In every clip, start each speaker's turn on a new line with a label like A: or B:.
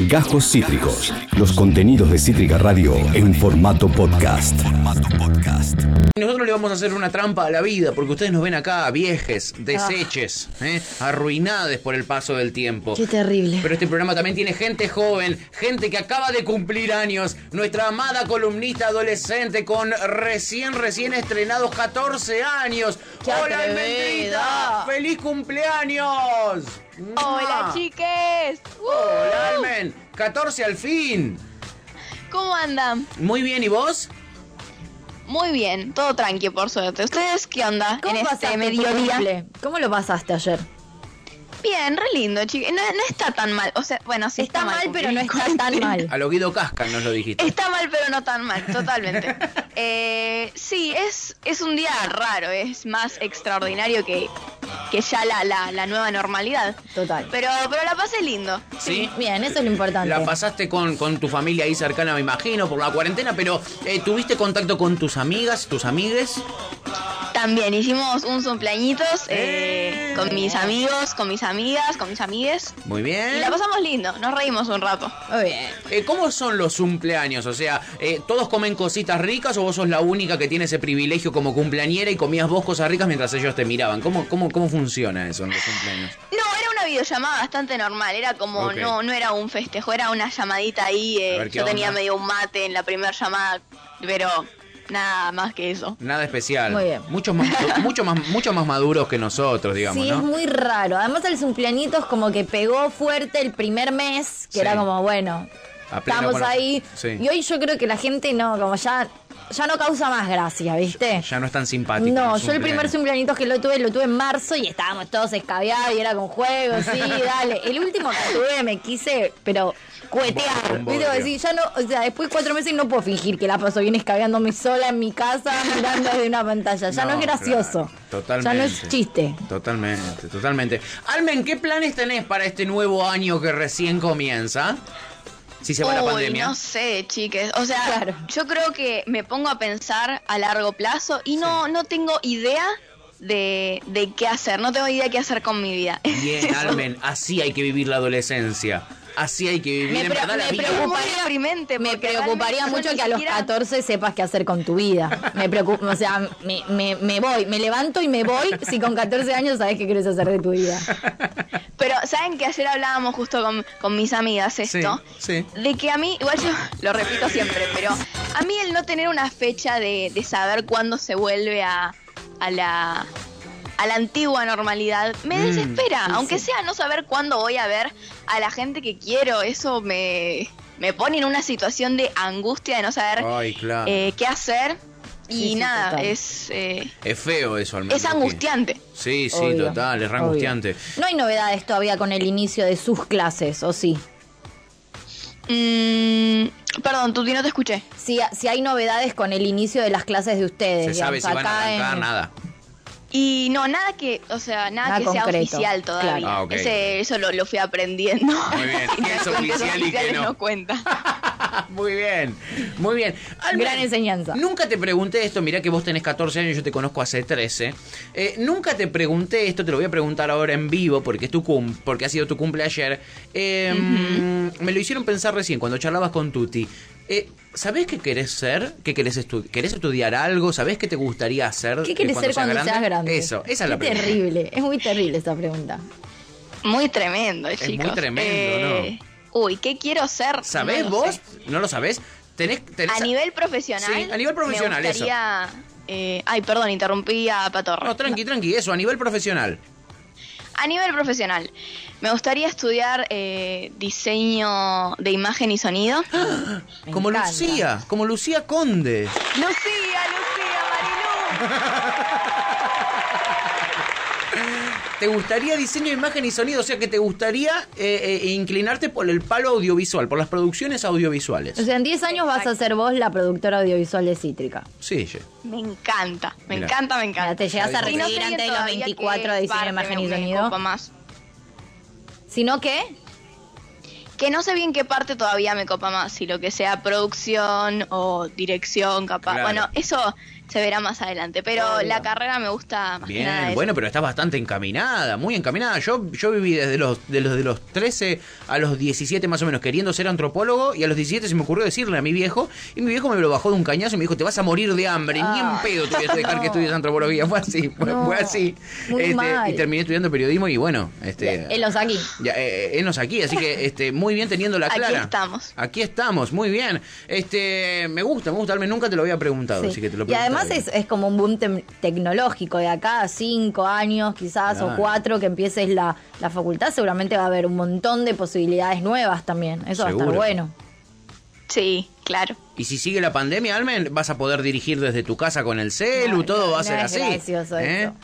A: Gajos Cítricos. Los contenidos de Cítrica Radio en formato podcast.
B: Nosotros le vamos a hacer una trampa a la vida, porque ustedes nos ven acá
C: Ah.
B: viejes, deseches, ¿eh? arruinades por el paso del tiempo.
C: Qué terrible.
B: Pero este programa también tiene gente joven, gente que acaba de cumplir años. Nuestra amada columnista adolescente con recién, recién estrenados 14 años.
C: ¡Qué
B: ¡Hola,
C: atrevida!
B: Almendrita! ¡Feliz cumpleaños!
D: Hola
C: Ah.
B: ¡Mua!
D: chiques, Uh,
B: ¡Hola, Almen! ¡14 al fin!
D: ¿cómo andan?
B: Muy bien, ¿y vos?
D: Muy bien, todo tranqui por suerte. ¿Ustedes qué onda
C: ¿Cómo
D: en
C: pasaste
D: este
C: tu
D: mediodía?
C: cumple? ¿Cómo lo pasaste ayer?
D: Bien, re lindo chiques, no, no está tan mal, o sea, bueno, sí
C: está,
D: está,
C: mal, pero
D: cumplir
C: no está tan
D: 40.
C: mal.
B: A lo Guido Casca nos lo
C: Eh,
B: dijiste.
D: Está mal, pero no tan mal, totalmente. Eh, sí, es, es un día raro, es más extraordinario que, que ya la, la, la nueva normalidad.
C: Total.
D: Pero, pero la pasé lindo.
B: ¿Sí?
C: Bien, eso es lo importante.
B: La pasaste con, con tu familia ahí cercana, me imagino, por la cuarentena, pero eh, ¿tuviste contacto con tus amigas, tus amigues?
D: También hicimos un cumpleañitos eh,
B: Eh.
D: con mis amigos, con mis amigas, con mis amigues.
B: Muy
D: Y
B: bien.
D: la pasamos lindo, nos reímos un rato.
C: Muy bien.
B: Eh, ¿Cómo son los cumpleaños? O sea, eh, ¿todos comen cositas ricas o vos sos la única que tiene ese privilegio como cumpleañera y comías vos cosas ricas mientras ellos te miraban? ¿Cómo, cómo, cómo funciona eso en los cumpleaños?
D: No, era una videollamada bastante normal, era como,
B: Ok.
D: no, no era un festejo, era una llamadita ahí, eh,
B: A ver, ¿qué
D: yo tenía
B: onda?
D: medio un mate en la primera llamada, pero nada más que eso.
B: Nada especial.
C: Muy bien.
B: Muchos más, mucho más, mucho más maduros que nosotros, digamos,
C: sí,
B: ¿no?
C: es muy raro. Además, el cumpleañitos como que pegó fuerte el primer mes, que
B: Sí.
C: era como, bueno,
B: A pleno
C: estamos
B: con-
C: ahí.
B: Sí.
C: Y hoy yo creo que la gente no, como ya, ya no causa más gracia, ¿viste?
B: Ya no es tan simpático.
C: No,
B: los
C: yo el primer
B: cumpleaños.
C: cumpleaños que lo tuve, lo tuve en marzo y estábamos todos escabeados y era con juegos, sí, dale. El último que tuve me quise, pero cuetear.
B: Bombo,
C: ¿Viste?
B: bombo,
C: Decir, ya no, o sea, después de cuatro meses no puedo fingir que la paso bien escabeándome sola en mi casa mirando de una pantalla. Ya no, es gracioso.
B: claro, totalmente.
C: Ya no es chiste.
B: Totalmente, totalmente. Almen, ¿qué planes tenés para este nuevo año que recién comienza? Si se va la
D: Uy,
B: pandemia.
D: no sé, chiques. O sea,
C: Claro.
D: yo creo que me pongo a pensar a largo plazo y no, no tengo idea de, de qué hacer, no tengo idea de qué hacer con mi vida.
B: Bien, Almen, así hay que vivir la adolescencia. Así hay que vivir
C: Me
B: en
C: pre-
B: verdad la
C: me
B: vida.
D: Es muy
C: Preocuparía-
D: deprimente
C: Me
D: porque
C: preocuparía
D: realmente yo
C: mucho
D: ni
C: que a los
D: siquiera-
C: 14 sepas qué hacer con tu vida. Me preocupa, o sea, me, me- me voy, me levanto y me voy si con 14 años sabes qué quieres hacer de tu vida.
D: Pero saben que ayer hablábamos justo con, con mis amigas
B: Sí,
D: esto.
B: sí.
D: De que a mí, igual yo lo repito siempre, pero a mí el no tener una fecha de, de saber cuándo se vuelve a, a la a la antigua normalidad me
B: Mm,
D: desespera,
C: sí,
D: aunque
C: sí.
D: sea no saber cuándo voy a ver a la gente que quiero, eso me, me pone en una situación de angustia de no saber
B: Ay, claro.
D: eh, qué hacer y
C: Sí, sí,
D: nada,
C: total.
D: es, eh,
B: es feo eso, Almen.
D: es angustiante.
B: Sí, sí,
C: Obvio,
B: total, es re
C: obvio.
B: angustiante.
C: No hay novedades todavía con el inicio de sus clases, ¿o sí?
D: Mm, perdón, Tuti, no te escuché.
C: Si, si hay novedades con el inicio de las clases de ustedes.
B: Se sabe
C: digamos,
B: si van a
C: acá en-
B: arrancar, nada.
D: Y no, nada que, o sea, nada,
C: Nada
D: que sea
C: concreto,
D: oficial todavía.
C: claro.
B: Ah, ok.
D: Ese- eso lo, lo fui aprendiendo.
B: Muy bien,
D: Si no
B: ¿qué es
D: cuentas
B: oficial y qué
D: oficiales
B: no?
D: cuenta.
B: Muy bien, muy bien. Almen,
C: Gran enseñanza.
B: Nunca te pregunté esto, mirá que vos tenés 14 años, yo te conozco hace 13. Eh, nunca te pregunté esto, te lo voy a preguntar ahora en vivo porque es tu cum, porque ha sido tu cumple ayer. Eh, Me lo hicieron pensar recién cuando charlabas con Tuti. Eh, ¿Sabés qué querés ser? ¿Qué querés, estu- querés estudiar algo? ¿Sabés qué te gustaría hacer?
C: ¿Qué
B: eh,
C: quieres ser cuando seas grande?
B: Eso, esa es
C: Qué
B: la pregunta.
C: terrible, es muy terrible esta pregunta.
D: Muy tremendo,
B: muy
D: chicos.
B: tremendo,
D: ¿no? Uy, ¿qué quiero ser?
B: ¿Sabés
D: No lo
B: vos?
D: sé.
B: ¿No lo sabés? Tenés, tenés
D: A nivel profesional.
B: Sí, a nivel profesional,
D: me gustaría, eh, ay, perdón, interrumpí a Patorra.
B: No, tranqui, tranqui, eso, a nivel profesional.
D: A nivel profesional, me gustaría estudiar eh, diseño de imagen y sonido.
C: Me
B: como
C: encanta.
B: Lucía, como Lucía Conde.
D: Lucía, Lucía, Marilú.
B: ¿Te gustaría diseño, imagen y sonido? O sea, que te gustaría eh, eh, inclinarte por el palo audiovisual, por las producciones audiovisuales.
C: O sea, en 10 años vas a ser vos la productora audiovisual de Cítrica.
B: Sí, ye.
D: Me encanta, me
B: Mirá.
D: encanta, me
C: Mira,
D: encanta.
C: te llegas a
B: Ahí
D: Y
C: recibir
D: sé bien
C: antes de los
D: todavía
C: 24
D: qué
C: de diseño,
D: parte
C: imagen y
D: me- me
C: sonido.
D: copa más.
C: ¿Sino qué?
D: Que no sé bien qué parte todavía me copa más, si lo que sea producción o dirección, capaz.
B: Claro.
D: Bueno, eso se verá más adelante. Pero
C: Obvio.
D: la carrera me gusta más que nada
B: Bien,
D: eso.
B: bueno, pero estás bastante encaminada, muy encaminada. Yo, yo viví desde los, de los, de los 13 a los 17 más o menos queriendo ser antropólogo y a los 17 se me ocurrió decirle a mi viejo y mi viejo me lo bajó de un cañazo y me dijo, te vas a morir de hambre, ni en
D: Ah.
B: pedo te voy a dejar que estudies antropología. Fue así, fue,
C: No,
B: fue así.
C: muy
B: Este,
C: mal.
B: Y terminé estudiando periodismo y bueno, este...
C: En los aquí.
B: Ya, eh, eh, enos aquí, así que este, muy bien teniéndola
D: Aquí
B: clara.
D: estamos.
B: Aquí estamos, muy bien. Este, me gusta, me gusta, Almen, nunca te lo había preguntado,
C: Sí.
B: así que te lo
C: y además
B: preguntaré.
C: es, es como un boom tem- tecnológico de acá a cinco años quizás
B: Claro.
C: o cuatro que empieces la, la facultad seguramente va a haber un montón de posibilidades nuevas también eso va a
B: Seguro.
C: estar bueno
D: Sí, claro.
B: Y si sigue la pandemia, Almen, vas a poder dirigir desde tu casa con el celu,
C: No,
B: todo
C: no,
B: va a
C: no
B: ser
C: es
B: así.
C: gracioso
B: ¿eh?
C: eso.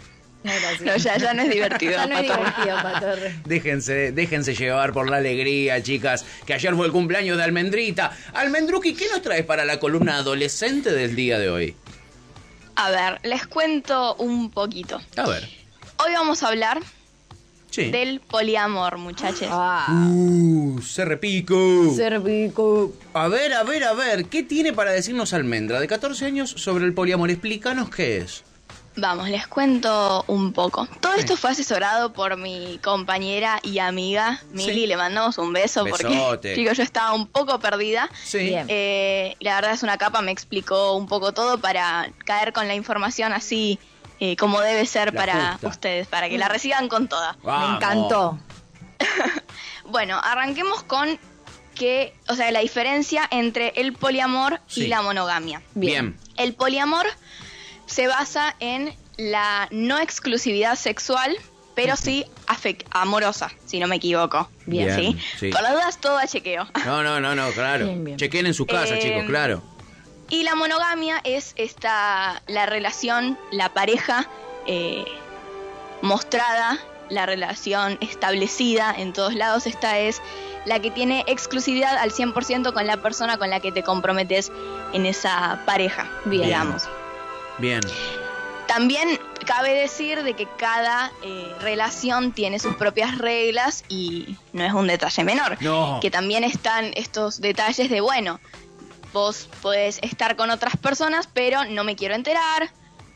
C: No es gracioso.
D: No, ya, ya no es divertido.
C: Ya no es
D: Pato.
C: divertido, Patorre.
B: Déjense, déjense llevar por la alegría, chicas, que ayer fue el cumpleaños de Almendrita. Almendruki, ¿qué nos traes para la columna adolescente del día de hoy?
D: A ver, les cuento un poquito.
B: A ver.
D: Hoy vamos a hablar
B: Sí.
D: del poliamor, muchachos.
C: Ah,
B: Uh, se repico.
C: cervico.
B: A ver, a ver, a ver, ¿qué tiene para decirnos Almendra de 14 años sobre el poliamor? Explícanos qué es.
D: Vamos, les cuento un poco. Todo esto fue asesorado por mi compañera y amiga Mili.
B: Sí.
D: Le mandamos un beso
B: Besote.
D: porque, chicos, yo estaba un poco perdida.
B: Sí.
C: Bien.
D: Eh, la verdad es una capa, me explicó un poco todo para caer con la información así eh, como debe ser
B: La
D: para
B: justa.
D: ustedes, para que la reciban con toda.
C: Me
B: Vamos.
C: encantó.
D: Bueno, arranquemos con que, o sea, la diferencia entre el poliamor
B: Sí.
D: y la monogamia.
B: Bien.
D: El poliamor se basa en la no exclusividad sexual, pero sí afec- amorosa, si no me equivoco.
B: Bien,
D: ¿Sí?
B: sí.
D: Por las dudas, todo a chequeo.
B: No, no, no, no, claro.
C: Bien, bien.
B: Chequen en su casa,
D: Eh,
B: chicos, claro.
D: Y la monogamia es esta, la relación, la pareja eh, mostrada, la relación establecida en todos lados. Esta es la que tiene exclusividad al 100% con la persona con la que te comprometes en esa pareja,
C: Bien.
D: digamos.
B: Bien.
D: También cabe decir de que cada eh, relación tiene sus propias reglas y no es un detalle menor.
B: No.
D: Que también están estos detalles de, bueno, vos podés estar con otras personas, pero no me quiero enterar.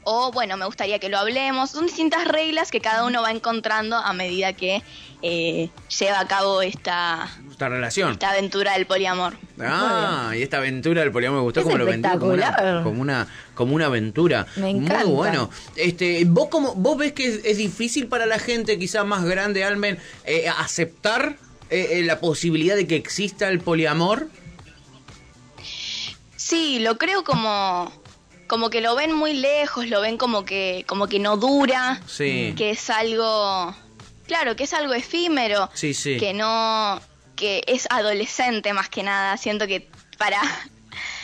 D: O bueno, me gustaría que lo hablemos. Son distintas reglas que cada uno va encontrando a medida que eh, lleva a cabo esta,
B: Esta relación.
D: esta aventura del poliamor.
B: Ah, y esta aventura del poliamor me gustó
C: Es
B: como lo vendió, como una,
C: espectacular.
B: como una, como una aventura.
C: Me encanta.
B: Muy bueno. Este, vos como, vos ves que es, es difícil para la gente, quizás más grande, Almen, eh, aceptar eh, eh, la posibilidad de que exista el poliamor.
D: Sí, lo creo como como que lo ven muy lejos, lo ven como que como que no dura,
B: Sí.
D: que es algo claro, que es algo efímero,
B: Sí, sí.
D: que no que es adolescente más que nada, siento que para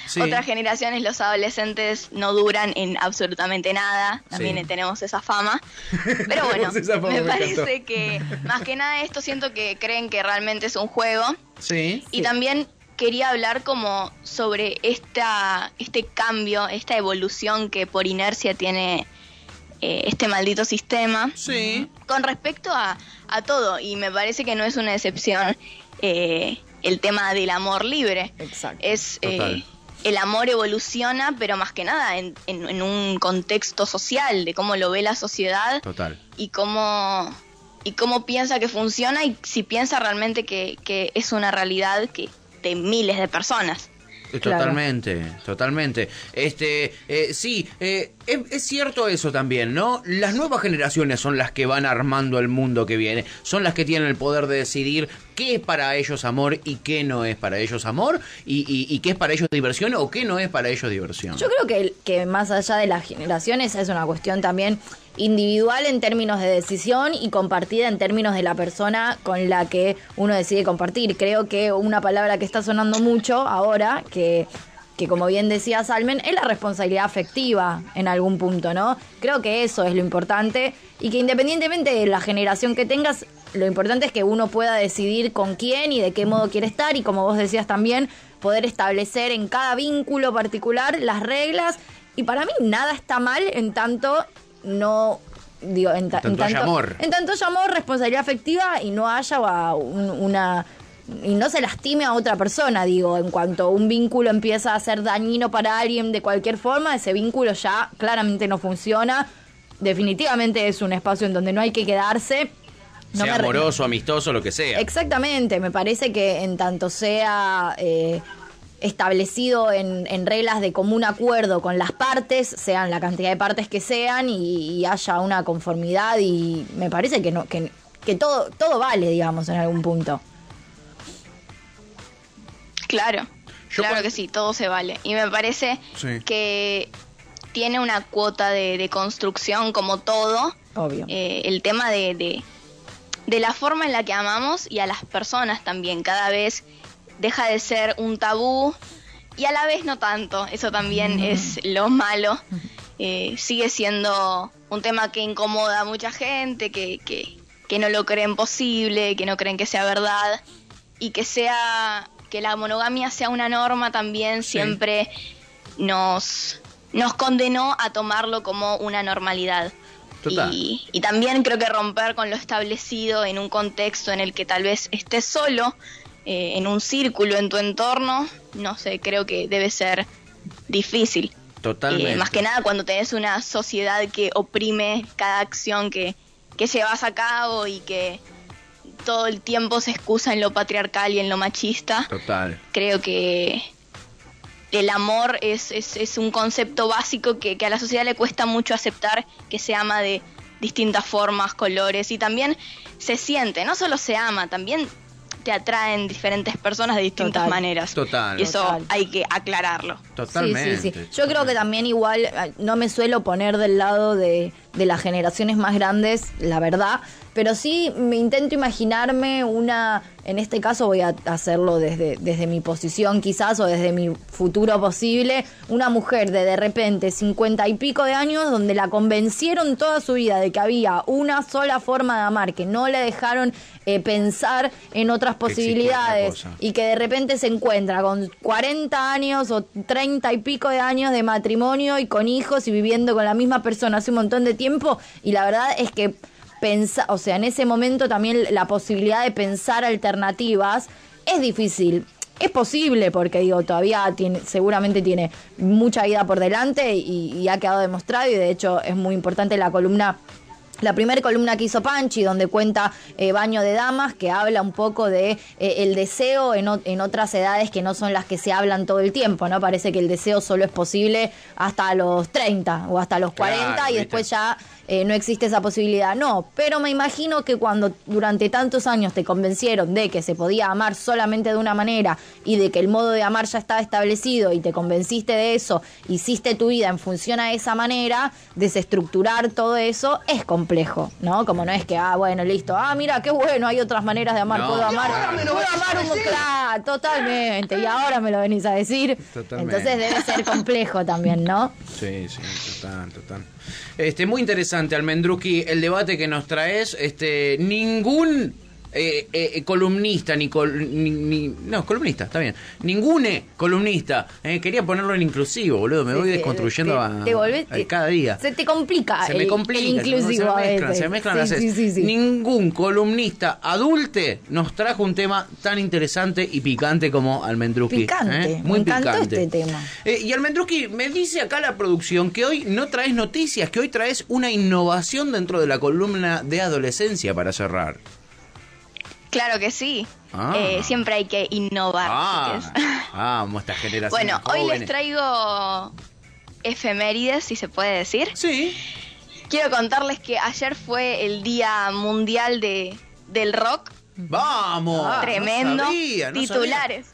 B: Sí.
D: otras generaciones los adolescentes no duran en absolutamente nada, también
B: Sí.
D: tenemos esa fama. Pero bueno,
B: Tenemos esa fama,
D: me
B: me encantó.
D: parece que más que nada esto siento que creen que realmente es un juego.
B: Sí.
D: Y también quería hablar como sobre esta, este cambio, esta evolución que por inercia tiene eh, este maldito sistema
B: Sí.
D: con respecto a, a todo. Y me parece que no es una excepción eh, el tema del amor libre.
C: Exacto.
D: Es eh,
B: Total.
D: el amor evoluciona, pero más que nada en, en- en un contexto social, de cómo lo ve la sociedad
B: Total.
D: y cómo y cómo piensa que funciona y si piensa realmente que, que es una realidad que de miles de personas.
C: Claro.
B: Eh, Totalmente, totalmente. Este, eh, sí, eh, es, es cierto eso también, ¿no? Las nuevas generaciones son las que van armando el mundo que viene, son las que tienen el poder de decidir qué es para ellos amor y qué no es para ellos amor, y, y- y qué es para ellos diversión o qué no es para ellos diversión.
C: Yo creo que, que más allá de las generaciones es una cuestión también individual en términos de decisión y compartida en términos de la persona con la que uno decide compartir. Creo que una palabra que está sonando mucho ahora, que, que como bien decía Salmen, es la responsabilidad afectiva en algún punto, ¿no? Creo que eso es lo importante y que independientemente de la generación que tengas, lo importante es que uno pueda decidir con quién y de qué modo quiere estar y como vos decías también, poder establecer en cada vínculo particular las reglas. Y para mí nada está mal en tanto no... Digo, en, ta-
B: En tanto haya amor.
C: En tanto haya amor, responsabilidad afectiva y no haya ah, un- una, y no se lastime a otra persona, digo, en cuanto un vínculo empieza a ser dañino para alguien de cualquier forma, ese vínculo ya claramente no funciona. Definitivamente es un espacio en donde no hay que quedarse. No
B: sea
C: me re-
B: amoroso, amistoso, lo que sea.
C: Exactamente, me parece que en tanto sea eh, establecido en, en reglas de común acuerdo con las partes, sean la cantidad de partes que sean, y, y haya una conformidad, y me parece que no, que, que todo, todo vale, digamos, en algún punto.
D: Claro,
B: Yo
D: claro
B: cuan-
D: que sí, todo se vale. Y me parece
B: Sí.
D: que tiene una cuota de, de construcción como todo,
C: Obvio.
D: eh, el tema de, de, de la forma en la que amamos y a las personas también. Cada vez deja de ser un tabú y a la vez no tanto. Eso también es lo malo. Eh, sigue siendo un tema que incomoda a mucha gente, que, que, que no lo creen posible, que no creen que sea verdad y que sea que la monogamia sea una norma también siempre nos nos condenó a tomarlo como una normalidad.
B: Total.
D: Y, y también creo que romper con lo establecido en un contexto en el que tal vez estés solo, eh, en un círculo, en tu entorno, no sé, creo que debe ser difícil.
B: Totalmente.
D: Eh, más que nada cuando tenés una sociedad que oprime cada acción que, que llevas a cabo y que todo el tiempo se excusa en lo patriarcal y en lo machista.
B: Total.
D: Creo que el amor es, es- es un concepto básico que, que a la sociedad le cuesta mucho aceptar que se ama de distintas formas, colores y también se siente, no solo se ama, también te atraen diferentes personas de distintas
C: Total.
D: maneras.
B: Total.
D: Y eso
C: Total.
D: hay que aclararlo.
B: Totalmente.
C: Sí, sí, sí. Yo creo que también igual eh, no me suelo poner del lado de, de las generaciones más grandes, la verdad, pero sí me intento imaginarme una, en este caso voy a hacerlo desde, desde mi posición quizás o desde mi futuro posible, una mujer de de repente 50 y pico de años donde la convencieron toda su vida de que había una sola forma de amar, que no la dejaron eh, pensar en
B: existía
C: otras
B: otra
C: posibilidades
B: cosa.
C: y que de repente se encuentra con 40 años o 30 y pico de años de matrimonio y con hijos y viviendo con la misma persona hace un montón de tiempo y la verdad es que pensa, o sea, en ese momento también la posibilidad de pensar alternativas es difícil. Es posible porque digo, todavía tiene, seguramente tiene mucha vida por delante y, y ha quedado demostrado y de hecho es muy importante la columna la primera columna que hizo Panchi, donde cuenta eh, Baño de Damas, que habla un poco de eh, el deseo en, o- en otras edades que no son las que se hablan todo el tiempo, ¿no? Parece que el deseo solo es posible hasta los 30 o hasta los
B: Claro,
C: 40 y
B: ¿viste?
C: después ya eh, no existe esa posibilidad. No, pero me imagino que cuando durante tantos años te convencieron de que se podía amar solamente de una manera y de que el modo de amar ya estaba establecido y te convenciste de eso, hiciste tu vida en función a esa manera, desestructurar todo eso es complejo, ¿no? Como no es que, ah, bueno, listo, ah, mira, qué bueno, hay otras maneras de amar,
B: No.
C: puedo
B: Y
C: amar,
B: ahora me lo
C: puedo
B: vas a
C: amar un claro, totalmente, y ahora me lo venís a decir.
B: Totalmente.
C: Entonces debe ser complejo también, ¿no?
B: Sí, sí, total, total. Este, muy interesante, Almendruki, el debate que nos traes. Este, ningún eh, eh, columnista, ni, col- ni- ni- No, columnista, está bien. Ningune columnista. eh, quería ponerlo en inclusivo, boludo. Me voy
C: Te- te-
B: desconstruyendo
C: te-
B: a-
C: te volvés-
B: a cada día.
C: Se te complica.
B: se me
C: Ah, el-
B: complica,
C: el inclusivo
B: se, me- se me
C: a
B: mezclan,
C: veces.
B: se me mezclan
C: Sí,
B: las
C: sí,
B: es.
C: sí, sí.
B: Ningún columnista adulte nos trajo un tema tan interesante y picante como Almendruki.
C: Picante,
B: Muy
C: me encantó
B: picante.
C: este tema.
B: Eh, y Almendruki, me dice acá la producción que hoy no traes noticias, que hoy traes una innovación dentro de la columna de adolescencia para cerrar.
D: Claro que sí.
B: Ah.
D: Eh, siempre hay que innovar.
B: Ah,
D: chicos.
B: vamos, esta generación.
D: bueno, hoy les
B: jóvenes.
D: traigo efemérides, si se puede decir.
B: Sí,
D: Quiero contarles que ayer fue el Día Mundial de, del Rock.
B: vamos. Ah, no
D: Tremendo.
B: sabía, no sabía.
D: Titulares.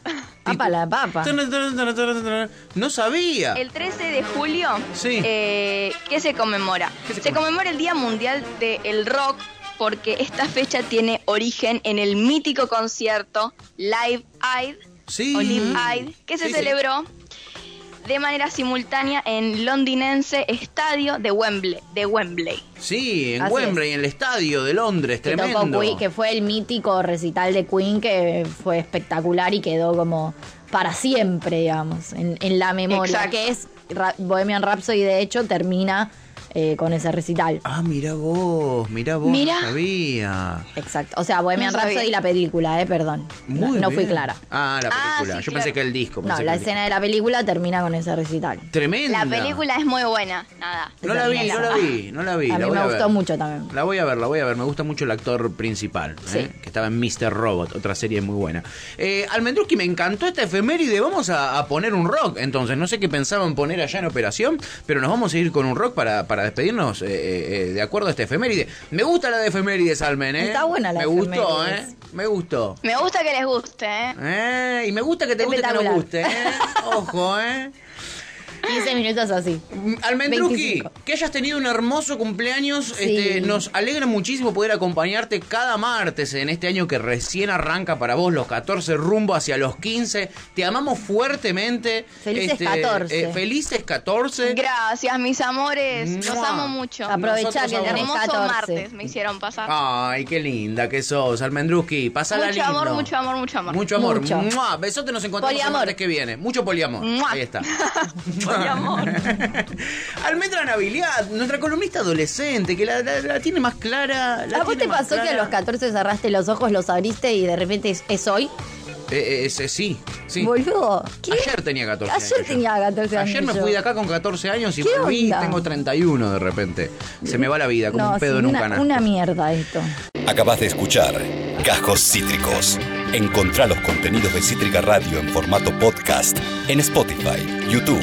C: Papa la papa.
B: Taran, taran, taran, taran, taran. No sabía.
D: El 13 de julio,
B: Sí.
D: eh, ¿qué se conmemora?
B: ¿Qué se
D: se conmemora el Día Mundial del Rock porque esta fecha tiene origen en el mítico concierto Live Aid,
B: Sí.
D: o Live Aid, que se
B: Sí, sí.
D: celebró de manera simultánea en londinense Estadio de Wembley. De Wembley.
B: Sí, en
C: Así
B: Wembley, en el estadio de Londres,
C: Que, tocó
B: tremendo.
C: Queen, que fue el mítico recital de Queen que fue espectacular y quedó como para siempre, digamos, en, en la memoria.
D: Exacto.
C: Que es Ra- Bohemian Rhapsody, de hecho, termina eh, con ese recital.
B: Ah, mira vos, mira vos,
D: Mirá.
B: no sabía.
C: Exacto. O sea, Bohemian
D: No sabía.
C: Rhapsody y la película, ¿eh? Perdón. No,
B: Muy
C: no fui
B: bien.
C: clara.
B: Ah, la
D: Ah,
B: película.
D: sí,
B: Yo pensé
D: claro.
B: que el disco.
C: No,
B: pensé
C: la
B: que el
C: escena de la película termina con ese recital.
B: disco. Tremenda.
D: La película es muy buena, nada.
B: No la vi, no
C: Tremenda.
B: la vi, no la vi. la
C: A mí
B: voy
C: me
B: a
C: gustó
B: ver.
C: mucho también.
B: La voy a ver, la voy a ver. Me gusta mucho el actor principal, ¿eh?
C: Sí.
B: que estaba en Mr. Robot, otra serie muy buena. Eh, Almendruski, me encantó esta efeméride. Vamos a, a poner un rock, entonces. No sé qué pensaban poner allá en operación, pero nos vamos a ir con un rock para, para despedirnos eh, eh, eh, de acuerdo a esta efeméride. Me gusta la de efemérides, Almen, ¿eh?
C: Está buena la
B: Me
C: de
B: gustó, ¿eh?
C: efemérides.
B: Me gustó.
D: Me gusta que les guste, ¿eh?
B: Eh, Y me gusta que te guste que nos guste,
C: Espectacular.
B: ¿eh? Ojo, ¿eh?
C: 15 minutos así.
B: Almendruki,
C: 25.
B: que hayas tenido un hermoso cumpleaños.
C: Sí.
B: Este, nos alegra muchísimo poder acompañarte cada martes en este año que recién arranca para vos, los 14 rumbo hacia los 15. Te amamos fuertemente.
C: Felices
B: Este,
C: 14.
B: eh, felices 14.
D: Gracias, mis amores. Los
B: Mua.
D: amo mucho.
B: Apro-
C: Aprovecha
B: Nosotros
C: que
B: amamos.
C: tenés
D: Hermoso
C: 14.
D: martes me hicieron pasar.
B: Ay, qué linda que sos, Almendruki. Pásala
D: Mucho
B: lindo.
D: amor, mucho amor, mucho amor.
B: Mucho amor.
C: Mucho.
B: Mua. Besote, nos encontramos el
C: Poliamor.
B: martes que viene. Mucho poliamor.
D: Mua.
B: Ahí está.
D: Poliamor.
B: Almendra Nabilidad, nuestra columnista adolescente, que la, la- la tiene más clara. la
C: ¿A vos
B: tiene
C: te
B: más
C: pasó que a
B: clara.
C: los 14 cerraste los ojos, los abriste y de repente es, es hoy?
B: Eh, eh, ese sí, sí.
C: Boludo. ¿Qué?
B: Ayer tenía 14
C: Ayer
B: años. yo.
C: tenía 14 años
B: Ayer me
C: yo.
B: fui de acá con 14 años y
C: ¿Qué
B: volví
C: onda?
B: tengo 31 de repente. Se me va la vida como
C: no,
B: un pedo
C: sí,
B: en un
C: una,
B: canal.
C: una mierda esto.
A: Acabas de escuchar Cajos Cítricos. Encontrá los contenidos de Cítrica Radio en formato podcast en Spotify, YouTube